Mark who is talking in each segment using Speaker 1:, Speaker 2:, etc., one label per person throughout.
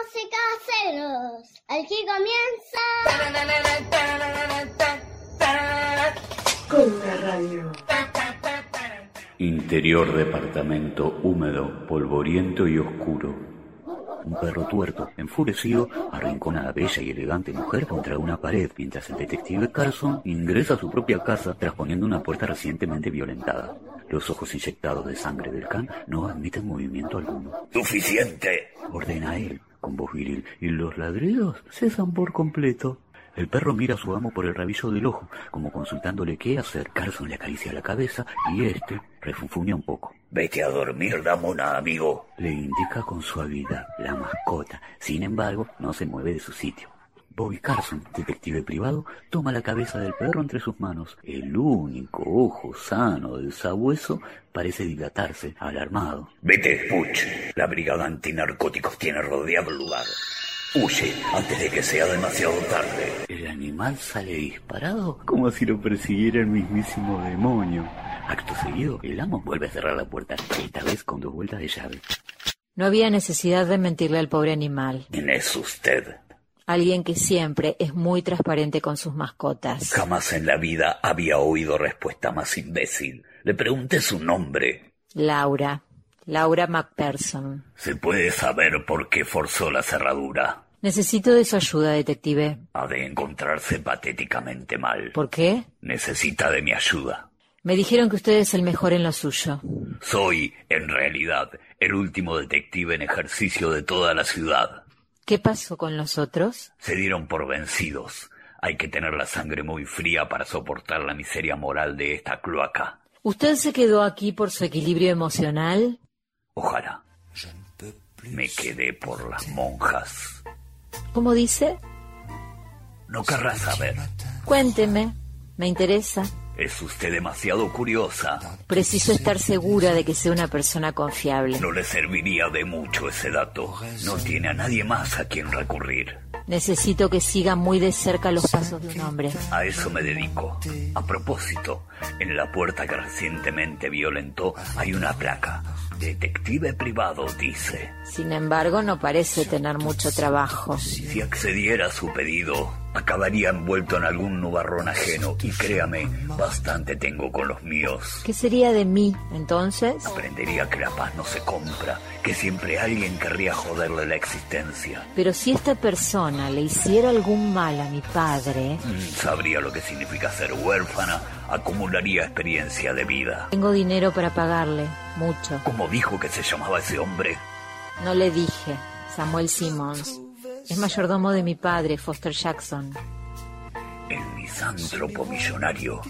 Speaker 1: Hace caseros. Aquí comienza.
Speaker 2: Con la radio.
Speaker 3: Interior departamento húmedo, polvoriento y oscuro. Un perro tuerto, enfurecido, arrincona a la bella y elegante mujer contra una pared, mientras el detective Carson ingresa a su propia casa trasponiendo una puerta recientemente violentada. Los ojos inyectados de sangre del can no admiten movimiento alguno.
Speaker 4: Suficiente.
Speaker 3: Ordena él, con voz viril, y los ladridos cesan por completo. El perro mira a su amo por el rabillo del ojo, como consultándole qué hacer. Carson le acaricia la cabeza y este refunfuña un poco.
Speaker 4: Vete a dormir, Ramona, amigo.
Speaker 3: Le indica con suavidad la mascota. Sin embargo, no se mueve de su sitio. Bobby Carson, detective privado, toma la cabeza del perro entre sus manos. El único ojo sano del sabueso parece dilatarse, alarmado.
Speaker 4: Vete, Puch. La brigada antinarcóticos tiene rodeado el lugar. Huye antes de que sea demasiado tarde.
Speaker 3: El animal sale disparado como si lo persiguiera el mismísimo demonio. Acto seguido, el amo vuelve a cerrar la puerta, esta vez con dos vueltas de llave.
Speaker 5: No había necesidad de mentirle al pobre animal,
Speaker 4: ¿Quién es usted?
Speaker 5: alguien que siempre es muy transparente con sus mascotas.
Speaker 4: Jamás en la vida había oído respuesta más imbécil. Le pregunté su nombre.
Speaker 5: Laura, Laura MacPherson.
Speaker 4: ¿Se puede saber por qué forzó la cerradura?
Speaker 5: Necesito de su ayuda, detective.
Speaker 4: Ha de encontrarse patéticamente mal.
Speaker 5: ¿Por qué?
Speaker 4: Necesita de mi ayuda.
Speaker 5: Me dijeron que usted es el mejor en lo suyo.
Speaker 4: Soy, en realidad, el último detective en ejercicio de toda la ciudad.
Speaker 5: ¿Qué pasó con los otros?
Speaker 4: Se dieron por vencidos. Hay que tener la sangre muy fría para soportar la miseria moral de esta cloaca.
Speaker 5: ¿Usted se quedó aquí por su equilibrio emocional?
Speaker 4: Ojalá. Me quedé por las monjas.
Speaker 5: ¿Cómo dice?
Speaker 4: No querrás saber.
Speaker 5: Cuénteme. Me interesa.
Speaker 4: Es usted demasiado curiosa.
Speaker 5: Preciso estar segura de que sea una persona confiable.
Speaker 4: No le serviría de mucho ese dato. No tiene a nadie más a quien recurrir.
Speaker 5: Necesito que siga muy de cerca los pasos de un hombre.
Speaker 4: A eso me dedico. A propósito, en la puerta que recientemente violentó hay una placa. Detective privado dice.
Speaker 5: Sin embargo, no parece tener mucho trabajo.
Speaker 4: Si accediera a su pedido, acabaría envuelto en algún nubarrón ajeno. Y créame, bastante tengo con los míos.
Speaker 5: ¿Qué sería de mí entonces?
Speaker 4: Aprendería que la paz no se compra, que siempre alguien querría joderle la existencia.
Speaker 5: Pero si esta persona le hiciera algún mal a mi padre,
Speaker 4: Mm, Sabría lo que significa ser huérfana, acumularía experiencia de vida.
Speaker 5: tengo dinero para pagarle, mucho.
Speaker 4: ¿Cómo dijo que se llamaba ese hombre?
Speaker 5: No le dije, Samuel Simmons. Es mayordomo de mi padre, Foster Jackson,
Speaker 4: El misántropo millonario.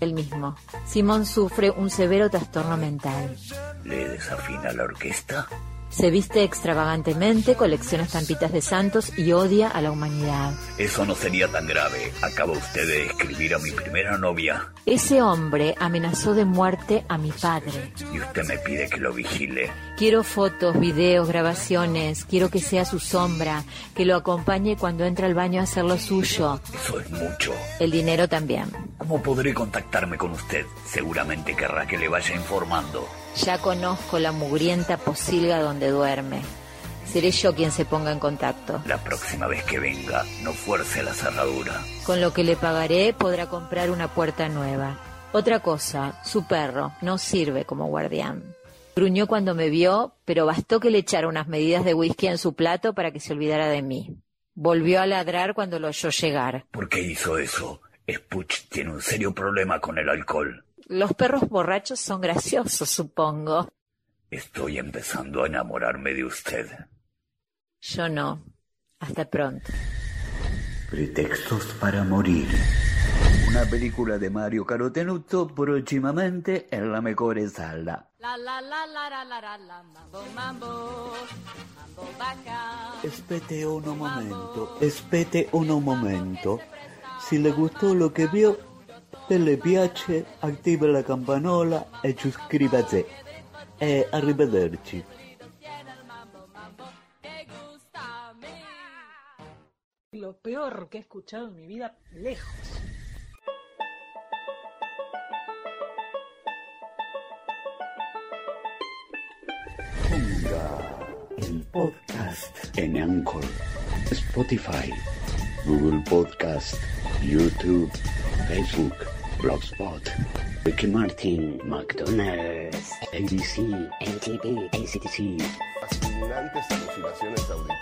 Speaker 5: el mismo. Simmons sufre un severo trastorno mental.
Speaker 4: ¿Le desafina la orquesta?
Speaker 5: Se viste extravagantemente, colecciona estampitas de santos y odia a la humanidad.
Speaker 4: Eso no sería tan grave. Acaba usted de describir a mi primera novia
Speaker 5: Ese hombre amenazó de muerte a mi padre.
Speaker 4: y usted me pide que lo vigile.
Speaker 5: Quiero fotos, videos, grabaciones, quiero que sea su sombra, que lo acompañe cuando entra al baño a hacer lo suyo.
Speaker 4: Eso es mucho.
Speaker 5: El dinero también.
Speaker 4: ¿Cómo podré contactarme con usted? Seguramente querrá que le vaya informando.
Speaker 5: Ya conozco la mugrienta posilga donde duerme. Seré yo quien se ponga en contacto.
Speaker 4: La próxima vez que venga, no fuerce la cerradura.
Speaker 5: Con lo que le pagaré podrá comprar una puerta nueva. Otra cosa, su perro no sirve como guardián. Gruñó cuando me vio, pero bastó que le echara unas medidas de whisky en su plato para que se olvidara de mí. Volvió a ladrar cuando lo oyó llegar.
Speaker 4: ¿Por qué hizo eso? Spuch tiene un serio problema con el alcohol.
Speaker 5: Los perros borrachos son graciosos, supongo.
Speaker 4: Estoy empezando a enamorarme de usted.
Speaker 5: Yo no. Hasta pronto.
Speaker 3: Pretextos para morir. Una película de Mario Carotenuto próximamente en la mejor sala.
Speaker 6: La la la la la la la la mambo mambo mambo vaca
Speaker 2: Espete un momento, espete un momento. Si le gustó lo que vio, dele piace, attiva la campanola e suscríbete. E arrivederci.
Speaker 6: que gusta a mí.
Speaker 7: Lo peor que he escuchado en mi vida, lejos.
Speaker 3: El
Speaker 8: Podcast.
Speaker 4: en Anchor, Spotify, Google Podcast, YouTube, Facebook, Blogspot, Ricky Martin, McDonald's, ABC, NTV, ACTC.
Speaker 9: Fascinantes alucinaciones auditivas.